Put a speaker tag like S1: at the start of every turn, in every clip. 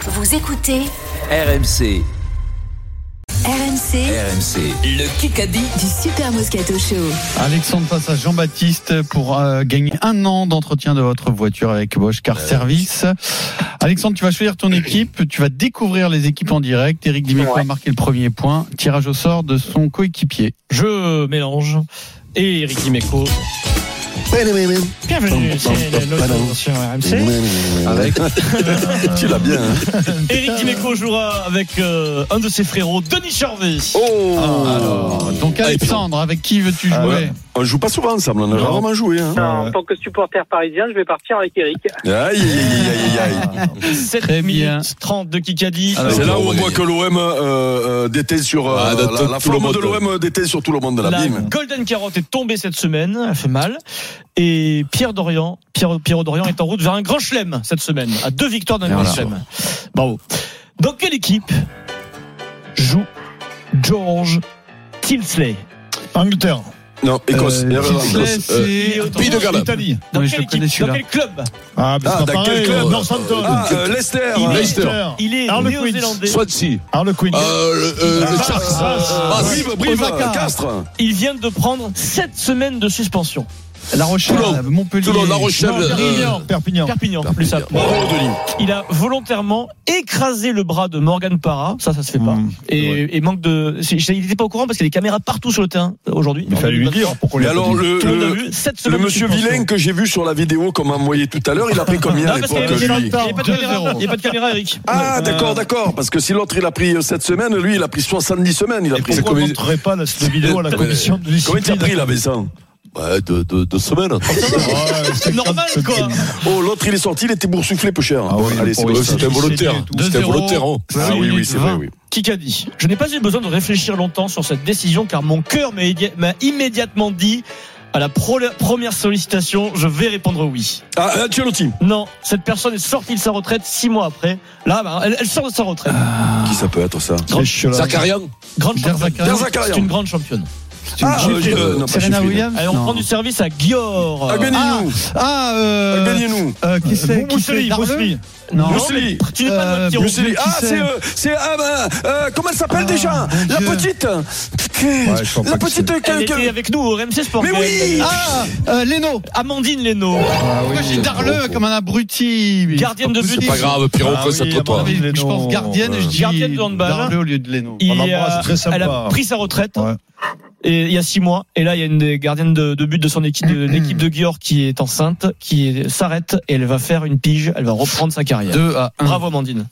S1: Vous écoutez
S2: RMC,
S1: RMC
S2: RMC, le Kikadi.
S1: du Super Moscato Show.
S3: Alexandre face à Jean-Baptiste pour euh, gagner un an d'entretien de votre voiture avec Bosch Car Service. Alexandre, tu vas choisir ton équipe, tu vas découvrir les équipes en direct. Eric Dimeco a marqué le premier point. Tirage au sort de son coéquipier.
S4: Je mélange. Et Eric Dimeco. Bienvenue, c'est notre version RMC.
S5: Avec. tu l'as bien. hein.
S4: Eric Dimeco jouera avec euh, un de ses frérots, Denis Charvet.
S3: Oh,
S5: Oh. Ah,
S3: Alors, donc Alexandre, avec qui veux-tu jouer
S5: ouais. On joue pas souvent ensemble, on a
S3: Non.
S5: rarement joué.
S6: Euh,
S5: Hein.
S7: Non, en tant que supporter parisien, je vais partir avec Eric.
S5: Aïe, aïe, aïe, aïe, aïe, aïe.
S4: 7
S3: Très
S4: minutes
S3: bien. Ah,
S4: 30 de Kikadi.
S8: Alors,
S5: Ah, C'est là
S8: on
S5: où on
S8: va
S5: voit
S8: gagner.
S5: que l'OM euh, euh, déteint sur. euh,
S8: Ah, de-
S5: la, la
S8: tout le
S5: forme
S8: monde.
S5: de l'OM déteint sur tout le monde, là,
S4: La
S5: bim.
S4: Golden Carotte est tombée cette semaine, elle fait mal. Et Pierre Dorian, Pierre, Pierrot Dorian est en route vers un grand chelem cette semaine, à deux victoires d'un
S3: Et
S4: grand
S3: voilà.
S4: chelem. Bravo. Dans quelle équipe joue George Tilsley
S6: Angleterre.
S5: Non, Écosse.
S6: Euh,
S5: Irlande,
S6: Tilsley,
S5: Écosse. Euh,
S8: Pays de Galles.
S6: Italie.
S4: Dans
S3: Oui, je
S4: quelle
S3: le connais,
S4: équipe Dans
S3: celui-là.
S4: quel club
S6: Ah, bah,
S5: Ah,
S6: c'est pas
S5: dans
S6: pareil.
S5: quel club
S6: euh, Northampton.
S5: Ah, euh, Leicester.
S4: Il est-
S8: Leicester.
S4: Il est
S6: Harlequins.
S4: néo-zélandais.
S8: Swansea.
S3: Ah,
S6: Harlequin.
S8: Euh, le, euh, le Sharks.
S5: Ah,
S8: Ah,
S5: Brive, Brive, euh,
S3: Osaka.
S5: Castres.
S4: Ils viennent de prendre 7 semaines de suspension.
S3: La Rochelle,
S8: Toulon.
S3: Montpellier.
S8: Toulon, La Rochelle.
S6: Non, Perpignan.
S8: euh,
S6: Perpignan.
S4: Perpignan, plus simple.
S5: Bravo, Denis.
S4: Il a volontairement écrasé le bras de Morgan Parra. Ça, ça se fait pas.
S3: Hmm.
S6: Mmh.
S4: Et, et manque de. c'est- Il n'était pas au courant parce qu'il y a des caméras partout sur le terrain euh, aujourd'hui.
S6: Il fallait lui dire pourquoi
S5: Mais
S6: il a
S5: alors,
S6: pas dit.
S5: le.
S4: Tout le monde
S5: le-
S4: a vu. 7
S5: le
S4: semaines de
S5: monsieur
S4: suspension.
S5: vilain que j'ai vu sur la vidéo qu'on m'a envoyé tout à l'heure, il a pris combien à
S4: Non, parce qu'il y
S5: l'époque,
S4: avait- il n'y
S5: lui
S4: avait pas de
S6: 2-0.
S4: caméra. Il n'y a pas de caméra, Eric.
S5: Ah,
S4: Euh,
S5: d'accord, d'accord. Parce que si l'autre, il a pris 7 semaines, lui, il a pris 70 semaines. Il a pris.
S8: c'est
S6: Pourquoi
S8: comme-
S6: on montrerait pas la- cette vidéo à la
S8: Mais-
S6: commission de
S5: Combien t'as
S6: discipline
S5: pris, là, Vincent
S8: Ouais, deux, deux, deux semaines.
S4: C'est normal, quoi.
S5: Oh, l'autre, il est sorti, il était boursouflé, peu cher.
S6: Ah oui,
S5: Allez, c'est
S6: le
S5: bon,
S6: pauvre,
S5: ça.
S8: C'était involontaire. C'était
S3: 2-0.
S8: involontaire. hein.
S5: Ah oui, oui, c'est vrai,
S3: 20.
S5: oui.
S4: Kikadi, je n'ai pas eu besoin de réfléchir longtemps sur cette décision car mon cœur m'a idia- m'a immédiatement dit à la pro- première sollicitation, je vais répondre oui.
S5: Ah, Ancelotti.
S4: Non, cette personne est sortie de sa retraite six mois après. Là, bah, elle, elle sort de sa retraite.
S5: Qui ça peut être, ça
S4: Grand-
S8: Zakarian.
S4: grande
S3: Derzakarian.
S4: championne. C'est une grande championne.
S5: Ah,
S3: J'ai-
S5: euh, euh, non, pas
S3: Serena
S5: Sheffield.
S3: Williams
S4: Allez, on
S3: Non.
S4: prend du service à Guillaume.
S5: Ah, gagnez-nous.
S3: Ah,
S5: Ah,
S3: euh,
S5: gagnez-nous.
S3: euh, qui c'est qui c'est,
S6: Mousseline,
S3: Darleux
S6: Mousseline.
S3: Non.
S4: Non, mais
S5: Mousseline.
S4: tu n'es pas de
S3: Euh,
S4: notre
S3: Mousseline.
S4: Giron.
S5: Bruxelles. Ah,
S3: qui
S5: c'est.
S3: c'est
S5: euh, c'est ah, ben, euh, comment elle s'appelle déjà
S3: mon
S5: La
S3: Dieu.
S5: petite Putain,
S6: je crois
S5: La
S6: pas que
S5: petite.
S4: Elle
S5: que- que-
S4: était avec nous au RMC Sport.
S5: Mais
S4: Game.
S5: oui
S3: Ah, euh, Leno.
S4: Amandine Leno,
S3: Moi, je suis
S8: Oh,
S3: Darleux
S8: oh.
S3: comme un abruti.
S4: Gardienne de but.
S8: C'est pas grave, Pierrot,
S6: Ah oui,
S8: concentre-toi.
S6: à mon avis.
S3: Je
S6: Leno,
S3: pense gardienne et je dis
S4: Gardienne de handball.
S3: Darleux au lieu de Leno.
S4: il,
S6: On l'embrasse,
S4: euh,
S6: très sympa.
S4: elle a pris sa retraite. hein.
S6: Ouais.
S4: Et il y a six mois, et là il y a une des gardiennes de, de but de son équipe, de l'équipe de Gior qui est enceinte, qui s'arrête et elle va faire une pige, elle va reprendre sa carrière.
S3: 2 à 1.
S4: Bravo Amandine.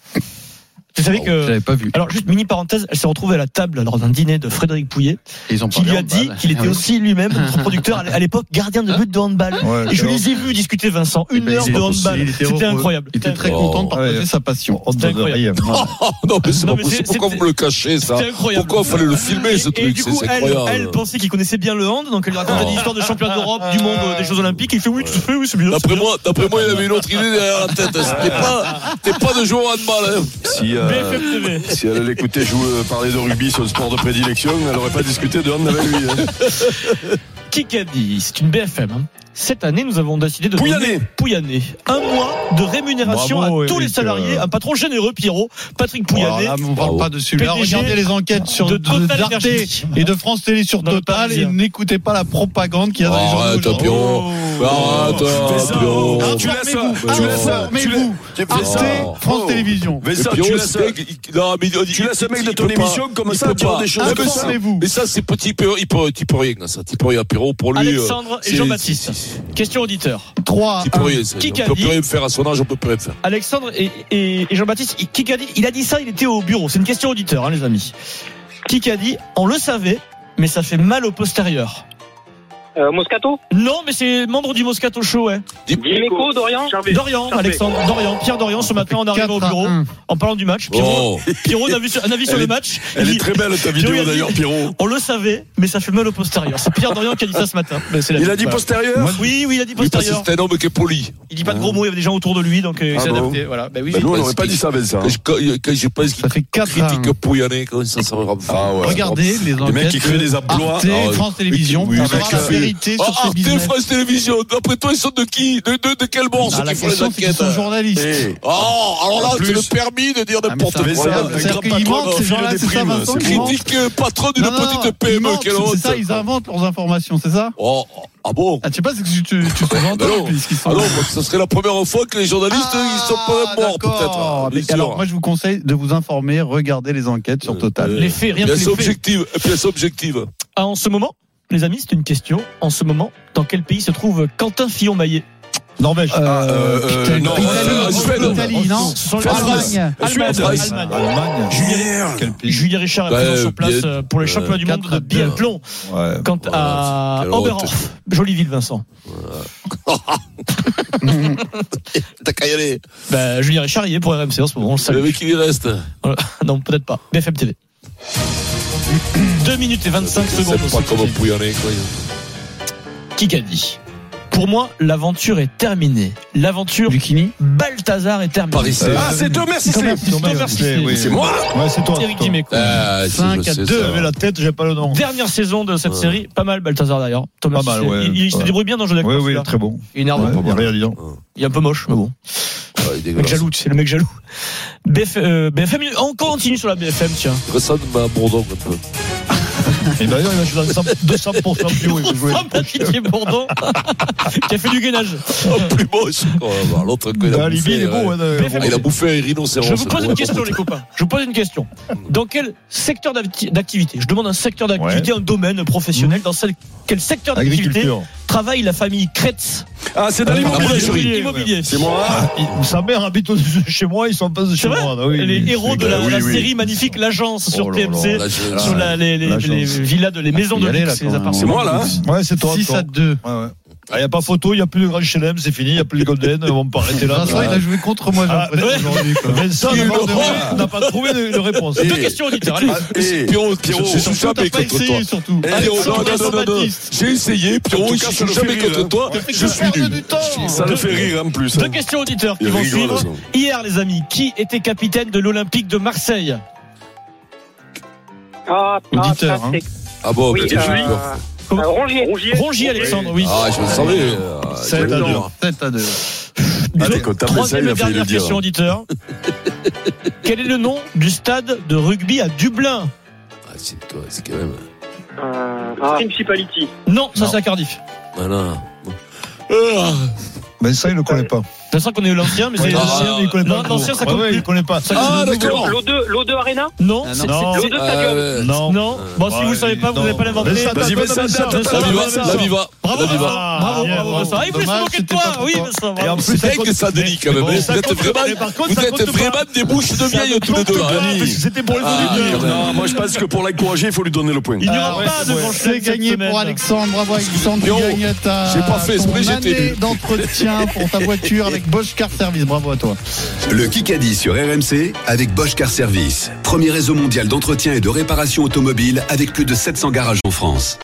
S4: Vous savez
S3: Je
S4: que,
S3: l'avais pas vu.
S4: Euh, alors juste mini parenthèse, elle s'est retrouvée à la table lors d'un dîner de Frédéric Pouillet,
S3: Ils ont Ah
S4: qui lui a dit qu'il était aussi lui-même notre producteur à l'époque gardien de but de handball.
S6: Ouais,
S4: Et je
S6: alors,
S4: les ai vus discuter Vincent
S3: Eh
S4: une
S3: ben,
S4: heure
S3: il
S4: de
S3: est-
S4: handball.
S3: il était heureux.
S4: C'était incroyable. Oh,
S3: Il était très content de partager
S6: Ouais.
S3: sa passion. Oh,
S6: on ne
S4: C'était
S6: donne rien.
S8: Non, mais c'est
S4: Non,
S8: pas
S4: mais c'est-
S8: possible. Pourquoi
S4: c'était-
S8: vous me le cachez, ça
S4: C'était incroyable.
S8: Pourquoi fallait le filmer, ce
S4: Et- Et
S8: truc
S4: du
S8: C'est
S4: coup,
S8: c'est
S4: elle, elle
S8: incroyable.
S4: pensait qu'il connaissait bien le hand, donc elle lui racontait
S8: Oh.
S4: des histoires de champion d'Europe, du monde, euh, des Jeux Olympiques. Il fait oui, tout à fait, oui, c'est bien. c'est
S8: D'après
S4: bien.
S8: moi, d'après moi, il avait une autre idée derrière la tête. C'était pas, c'était pas de jouer au handball. hein.
S5: Si, euh,
S4: BFM TV.
S5: si elle l'écoutait jouer, euh, parler de rugby, son sport de prédilection, elle aurait pas discuté de hand avec lui. hein.
S4: Kikadi, c'est une BFM. hein. Cette année, nous avons décidé de
S5: Pouyanné.
S4: donner Pouyanné un mois de rémunération
S6: Bravo,
S4: à tous les
S6: Eric,
S4: salariés,
S6: euh.
S4: un patron généreux, Pierrot, Patrick
S3: Alors
S4: Pouyanné.
S8: Oh,
S3: là, on parle pas de celui-là.
S4: PDG
S3: Regardez les enquêtes sur
S4: de
S3: de
S4: Total
S3: d'Arte
S4: Énergie.
S3: et de France Télé sur
S4: Dans le
S3: Total et
S4: Parisien.
S3: n'écoutez pas la propagande qu'il y a dans les journaux.
S8: Arrête,
S3: aujourd'hui. Oh.
S8: Pierrot. Arrête,
S5: Oh, Fais ça,
S8: Pierrot.
S4: Ah,
S5: oh, tu laisses ça,
S3: Informez-vous.
S5: tu laisses ça, tu laisses-
S3: Informez-vous.
S5: tu fais
S3: Arte,
S5: ça.
S3: France
S5: Oh.
S3: Télévisions.
S8: Et
S5: Vincent,
S8: puis
S5: tu
S8: on
S5: laisses
S8: se fait que- non, mais il-
S5: Tu
S8: il-
S5: laisses un mec
S8: il
S5: de ton
S8: peut pas.
S5: émission comme
S8: Il
S5: ça
S8: peut
S5: dire
S8: pas.
S5: des choses
S8: Ouais,
S5: comme
S8: mais
S5: ça.
S8: ça,
S3: Informez-vous.
S8: Mais ça, c'est petit, il peut, il peut, il peut rien, dans ça. Il peut rien, Pierrot, pour lui.
S4: Alexandre
S8: euh,
S4: et
S8: c'est-
S4: Jean-Baptiste.
S8: c'est- c'est-
S4: question auditeur.
S3: 3
S8: Il peut rien, ça.
S4: Qui
S8: On
S4: qu'a
S8: peut
S4: dit
S8: plus rien faire à son âge, on peut plus rien faire.
S4: Alexandre et, et- et Jean-Baptiste, il- Kikadi, il a dit ça, il était au bureau. C'est une question auditeur, hein, les amis. Kikadi, on le savait, mais ça fait mal au postérieur.
S7: Euh, Moscato
S4: Non, mais c'est membre du Moscato Show, ouais.
S7: Dimeco, Dorian
S4: Dorian,
S7: Charvet.
S4: Alexandre, Dorian, Pierre Dorian, ce matin, on arrive au bureau, en parlant du match. Pierrot,
S8: Oh,
S4: Pierrot, un avis sur, un avis sur
S5: Elle
S4: le
S5: est-
S4: match.
S5: Elle
S4: Il
S5: est
S4: dit,
S5: très belle ta
S4: Pierrot, il
S5: vidéo
S4: a dit-
S5: d'ailleurs, Pierrot.
S4: On le savait, mais ça fait mal au postérieur. C'est Pierre Dorian qui a dit ça ce matin. Ben, c'est la
S5: Il
S4: vie.
S5: a dit
S8: Bah,
S5: postérieur.
S4: Oui, oui, il a dit
S8: lui, parce que
S4: postérieur.
S8: c'est un homme qui est poli.
S4: Il dit pas de gros mots, il y avait des gens autour de lui, donc euh, il
S5: Ah
S4: s'est
S5: bon
S4: adapté. Voilà. Ben oui,
S5: Ben,
S4: oui.
S5: Nous,
S8: Bah,
S5: on n'aurait pas dit ça,
S3: Ah.
S5: Vincent.
S8: Quand je- Quand quand je pense qu'il
S3: Ça fait 4 à
S8: critique Pouyanné, quand ça, ça me rend fou.
S5: Ah ouais.
S3: Regardez les enquêtes.
S5: mecs qui créent
S3: de
S5: des ablois.
S3: Arte,
S8: Ah ouais.
S3: France Télévisions.
S8: Oui,
S3: Arte,
S8: avec,
S3: France
S8: euh,
S3: Télé, vérité
S8: Ah,
S3: sur ce
S8: Arte,
S3: business.
S8: France Télévisions. D'après toi, ils sont de qui de, de, de quel bord
S3: Ah,
S8: ceux
S3: la
S8: qui font les
S3: question, c'est qu'ils
S8: enquêtes
S3: sont journalistes.
S5: Eh,
S8: Oh, alors là,
S5: En
S8: c'est le
S5: plus.
S8: permis de dire
S3: Ah, mais ça-
S8: n'importe
S5: mais
S8: quoi.
S5: ça,
S8: Un
S5: c'est-à-dire
S8: grand
S3: qu'ils
S8: patron
S3: mentent,
S8: de-
S3: ces gens-là,
S5: des
S3: c'est ça,
S5: primes,
S3: Vincent,
S5: c'est
S3: ils mentent.
S8: Critique euh, patron d'une
S3: Non, non, non,
S8: petite
S3: ils
S8: PME,
S3: mentent,
S8: quelle
S3: C'est
S8: honte
S3: ça, ils inventent leurs informations, c'est ça
S8: Oh, ah bon
S3: Ah, tu sais pas, c'est que tu, tu, tu
S8: Allô
S3: sous-entends, puisqu'ils sont.
S8: Alors, ça serait la première fois que les journalistes,
S3: Ah,
S8: ils sont pas morts,
S3: d'accord. Ah,
S8: peut-être. Bien
S3: Mais Alors,
S8: sûr.
S3: moi, je vous conseille de vous informer, regardez les enquêtes sur Total.
S8: Euh,
S4: Les faits, rien que
S8: Bien
S4: les
S8: sûr,
S4: faits.
S8: objective. Et puis, elles sont objectives.
S4: Ah, en ce moment, les amis, c'est une question. En ce moment, dans quel pays se trouve Quentin Fillon-Maillet
S6: Norvège.
S5: euh, euh,
S3: putain,
S5: non,
S8: euh, Suède.
S3: Italie, Italie, non
S4: Ce sont les-
S8: France.
S3: Allemagne.
S4: Allemagne,
S8: Suède.
S4: Allemagne.
S5: Ah,
S6: Allemagne.
S4: Julien,
S6: Quel pays
S4: Julien Richard est
S8: Bah,
S4: présent
S8: euh,
S4: sur place
S8: bien-
S4: euh, pour les
S8: euh,
S4: championnats du monde
S3: quatre
S4: de
S3: à deux.
S4: biathlon.
S6: Ouais.
S4: Quant
S8: Voilà,
S4: à
S8: quelle honte.
S4: Oberhof, jolie ville, Vincent.
S8: T'as qu'à y aller.
S4: Bah, Julien Richard y est pour RMC en ce moment, on le
S8: Le
S4: salue.
S8: mec, il y
S5: Ah,
S8: reste.
S6: Euh.
S4: Voilà. Non, peut-être pas. BFM TV. 2 minutes et 25
S8: C'est
S4: secondes.
S8: pas comme un pouillonné, quoi.
S4: Qui a dit Pour moi, l'aventure est terminée. L'aventure
S3: Lucchini
S4: Balthazar est terminée.
S8: Paris, c'est. Ah,
S5: Ah, c'est Thomas Sisley
S4: Thomas Sisley.
S6: oui.
S8: C'est moi
S6: Ouais, c'est toi.
S4: Eric
S6: toi.
S4: Dimeco.
S8: Ah, si,
S3: Cinq
S8: je
S3: à
S8: sais
S3: deux.
S8: ça.
S6: J'avais la tête, j'ai pas le nom.
S4: Dernière saison de cette série, pas mal Balthazar d'ailleurs. Thomas
S6: Pas mal,
S4: Sisley.
S6: ouais.
S4: il, il se
S6: Ouais.
S4: débrouille bien dans le jeu
S6: Oui,
S4: d'acteur,
S6: oui,
S4: celui-là.
S6: très bon.
S4: Il est
S3: Ah,
S4: énervé.
S6: Ouais, y a rien, dis donc.
S4: Il est un peu moche, mais bon.
S8: Ah, il est
S4: Le mec
S8: dégueulasse.
S4: jaloux, c'est le mec jaloux. BF, euh, BFM, on continue sur la BFM, tiens.
S8: Ressemble à un bourdon, un peu.
S6: Et d'ailleurs, il va jouer dans 200% plus haut, il va jouer.
S4: Ah, bah, Didier Bourdon, qui a fait du gainage.
S8: Oh, plus moche. Oh, bah, L'autre, quoi, il a
S6: Bah, Libye, il
S8: bouffé,
S6: est beau,
S8: ouais.
S6: hein, d'ailleurs.
S8: Ah, Il a bouffé un rhinocéros.
S4: Je vous pose
S8: Ouais,
S4: une question,
S8: bon,
S4: les copains. Je vous pose une question. Dans quel secteur d'acti- d'activité Je demande un secteur d'activité, un domaine professionnel. Dans cel- quel secteur d'activité
S6: Agriculture.
S4: travaille la famille Kretz
S5: Ah, c'est dans
S6: Ah,
S5: l'immobilier.
S6: oui.
S4: Immobilier.
S6: ouais.
S4: Immobilier.
S5: C'est
S8: Ah,
S5: moi. Ah,
S6: Il- Sa mère habite au- chez moi, ils sont pas chez
S4: vrai
S6: moi.
S3: Ah,
S6: là, oui.
S4: les héros de la,
S5: oui,
S4: la
S5: oui.
S4: série magnifique L'Agence sur
S6: Oh là
S4: TMC,
S8: là, je-
S4: sur la- les, les-
S6: L'Agence.
S4: les villas, de, les maisons
S3: faut y
S4: de
S3: aller, là,
S4: luxe,
S3: quand
S4: les
S3: même.
S5: C'est
S4: appartements.
S5: moi, là. hein
S6: Ouais, c'est toi.
S3: 6
S6: toi.
S3: à 2.
S6: Ouais, ouais. Ah, y a pas photo, il y a plus de grand chelem, c'est fini, il y a plus les golden, on va arrêter là.
S3: Vincent, il a joué contre moi, j'ai
S6: Ah,
S3: l'impression,
S6: ouais.
S3: aujourd'hui. quoi.
S6: Vincent
S8: Il est
S6: n'a pas
S8: le roi.
S6: trouvé- n'a pas trouvé de, de réponse.
S4: Deux
S5: Et-
S4: questions auditeurs, allez.
S5: Eh,
S8: Pierrot, Pierrot, je suis
S3: Surtout,
S8: jamais
S3: t'as pas
S8: contre toi.
S3: essayé, surtout.
S5: Eh,
S8: Allez, on
S5: Jean-
S8: non, non, non, non, non.
S3: Jean-Baptiste.
S8: J'ai essayé,
S5: En
S8: Pierrot,
S5: tout
S8: je
S5: cas,
S8: suis
S5: ça le
S8: jamais
S5: fait
S8: contre
S5: rire,
S8: toi.
S3: T'as fait
S8: Je
S3: que
S8: suis
S3: perdre
S8: nul.
S3: du temps.
S6: hein.
S5: Ça le fait rire en plus.
S4: Deux
S5: hein.
S4: questions auditeurs qui
S5: Il
S4: vont
S5: rigole,
S4: suivre.
S5: ça.
S4: Hier, les amis, qui était capitaine de l'Olympique de Marseille
S7: Ah, ah,
S3: Auditeur,
S7: ça,
S3: hein.
S7: c'est-
S8: Ah bon,
S7: Oui,
S5: ben.
S8: putain, j'ai eu
S7: euh,
S8: peur.
S4: Comment
S7: euh, Rongier.
S4: Rongier, Alexandre, oui.
S8: Ah, je le savais. euh, j'ai
S3: 7
S8: eu
S3: à 2.
S8: peur.
S3: 7 à 2.
S5: Ah, t'es content, mais ça,
S4: Troisième
S5: il
S4: et
S5: a failli le
S4: dernière
S5: dire.
S4: question auditeur. Quel est le nom du stade de rugby à Dublin
S8: Ah, c'est quoi, c'est quand même.
S7: Euh, ah,
S4: Non, ça
S6: Non.
S4: c'est à Cardiff.
S8: Ah, non. Ah,
S6: Vincent, il le connaît pas.
S4: Je sens qu'on est l'ancien, mais c'est
S8: non,
S4: l'ancien.
S8: non,
S6: il connaît
S4: Ah. non,
S6: pas.
S4: l'ancien, ça compte
S6: Ouais, ouais,
S4: plus.
S6: il connaît pas.
S8: Ah,
S6: c'est-
S8: d'accord.
S7: L'O2, l'O2 Arena
S4: Non,
S3: Ah,
S4: c'est-
S6: non.
S4: c'est-
S7: L'O2
S8: Ah,
S7: Stadium
S8: ouais.
S6: Non.
S4: Non, bon, si
S6: Ouais,
S4: vous ne savez pas, vous
S6: non.
S4: n'avez pas l'inventé.
S6: Vincent,
S5: Vas-y,
S6: attends,
S5: Vincent,
S6: attends,
S5: attends,
S6: attends,
S8: La
S6: attends,
S8: viva,
S6: attends,
S8: la viva.
S4: Bravo,
S8: La
S4: Vincent.
S8: viva.
S4: Bravo,
S6: Ah,
S4: bravo,
S6: bravo.
S4: Vincent. Ah, il voulait se
S3: Dommage,
S4: moquer de
S3: c'était
S4: toi.
S3: pas pour
S4: Oui,
S3: toi.
S6: Et
S4: Vincent,
S6: en
S4: bravo.
S6: plus,
S8: C'est
S6: ça
S8: dingue
S6: compte-
S8: que ça délit quand même.
S6: Mais bon,
S8: hein. Vous
S6: ça
S8: êtes
S6: compte- mais
S8: vraiment,
S6: par contre,
S8: vous
S6: ça
S8: êtes
S6: compte pas.
S8: vraiment des bouches de
S6: Ça
S8: vieilles
S6: ne
S8: tous les
S6: compte
S8: deux.
S6: pas,
S8: hein.
S6: parce que C'était pour les
S8: Ah,
S6: auditeurs.
S5: Non, moi je pense que pour l'encourager, il faut lui donner le point.
S4: Il n'y
S3: Ah
S4: aura
S3: ouais,
S4: pas de manche
S3: C'est gagné pour Alexandre. Bravo Alexandre. Tu
S8: Non,
S3: gagnes ta
S8: j'ai pas fait
S3: ton
S8: exprès, j'étais
S3: année
S8: nul.
S3: d'entretien pour ta voiture avec Bosch Car Service. Bravo à toi.
S9: Le Kikadi sur RMC avec Bosch Car Service. Premier réseau mondial d'entretien et de réparation automobile avec plus de 700 garages en France.